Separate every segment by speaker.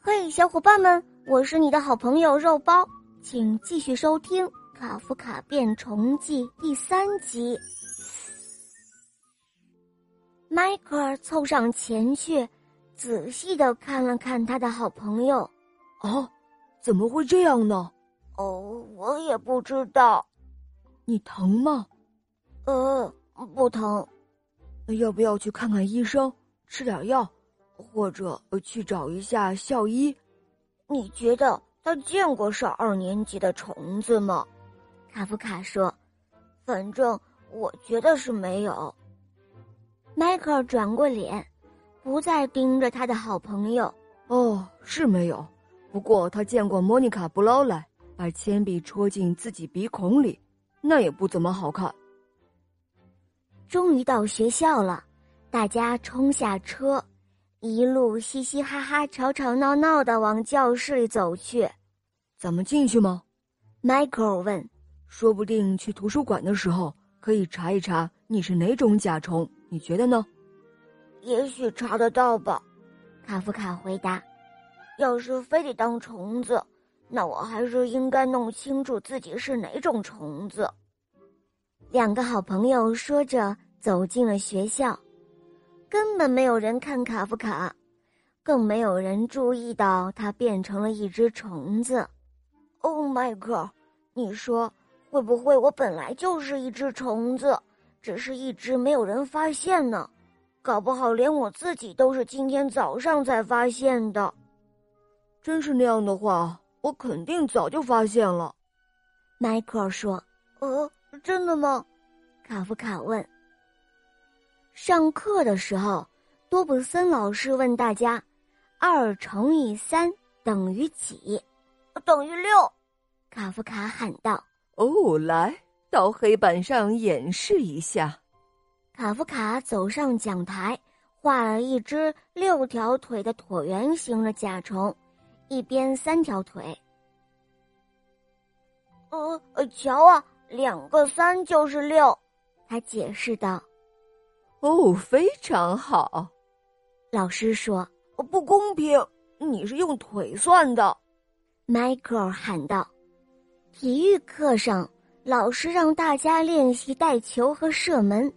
Speaker 1: 嘿，小伙伴们，我是你的好朋友肉包，请继续收听《卡夫卡变虫记》第三集。迈克尔凑上前去，仔细的看了看他的好朋友。
Speaker 2: 啊，怎么会这样呢？
Speaker 1: 哦，我也不知道。
Speaker 2: 你疼吗？
Speaker 1: 呃，不疼。
Speaker 2: 要不要去看看医生，吃点药，或者去找一下校医？
Speaker 1: 你觉得他见过上二年级的虫子吗？卡夫卡说：“反正我觉得是没有。”迈克尔转过脸，不再盯着他的好朋友。
Speaker 2: 哦，是没有。不过他见过莫妮卡·布劳莱把铅笔戳进自己鼻孔里，那也不怎么好看。
Speaker 1: 终于到学校了，大家冲下车，一路嘻嘻哈哈、吵吵闹闹的往教室里走去。
Speaker 2: 咱们进去吗？
Speaker 1: 迈克尔问。
Speaker 2: 说不定去图书馆的时候可以查一查你是哪种甲虫，你觉得呢？
Speaker 1: 也许查得到吧，卡夫卡回答。要是非得当虫子，那我还是应该弄清楚自己是哪种虫子。两个好朋友说着走进了学校，根本没有人看卡夫卡，更没有人注意到他变成了一只虫子。哦，迈克尔，你说会不会我本来就是一只虫子，只是一直没有人发现呢？搞不好连我自己都是今天早上才发现的。
Speaker 2: 真是那样的话，我肯定早就发现了。”
Speaker 1: 迈克尔说。“呃，真的吗？”卡夫卡问。上课的时候，多布森老师问大家：“二乘以三等于几？”“
Speaker 3: 等于六。”
Speaker 1: 卡夫卡喊道。
Speaker 4: “哦，来到黑板上演示一下。”
Speaker 1: 卡夫卡走上讲台，画了一只六条腿的椭圆形的甲虫。一边三条腿，哦
Speaker 3: 呃，瞧啊，两个三就是六，
Speaker 1: 他解释道。
Speaker 4: 哦，非常好，
Speaker 1: 老师说。
Speaker 2: 哦不公平，你是用腿算的，
Speaker 1: 迈克尔喊道。体育课上，老师让大家练习带球和射门，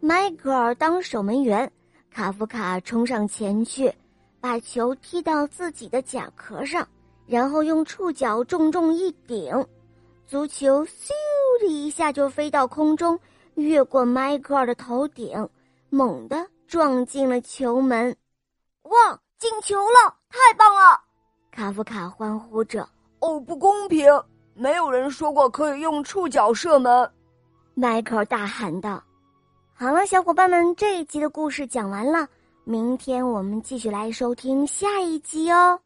Speaker 1: 迈克尔当守门员，卡夫卡冲上前去。把球踢到自己的甲壳上，然后用触角重重一顶，足球咻的一下就飞到空中，越过迈克尔的头顶，猛地撞进了球门。
Speaker 3: 哇，进球了！太棒了！
Speaker 1: 卡夫卡欢呼着。
Speaker 2: 哦，不公平！没有人说过可以用触角射门，
Speaker 1: 迈克尔大喊道。好了，小伙伴们，这一集的故事讲完了。明天我们继续来收听下一集哦。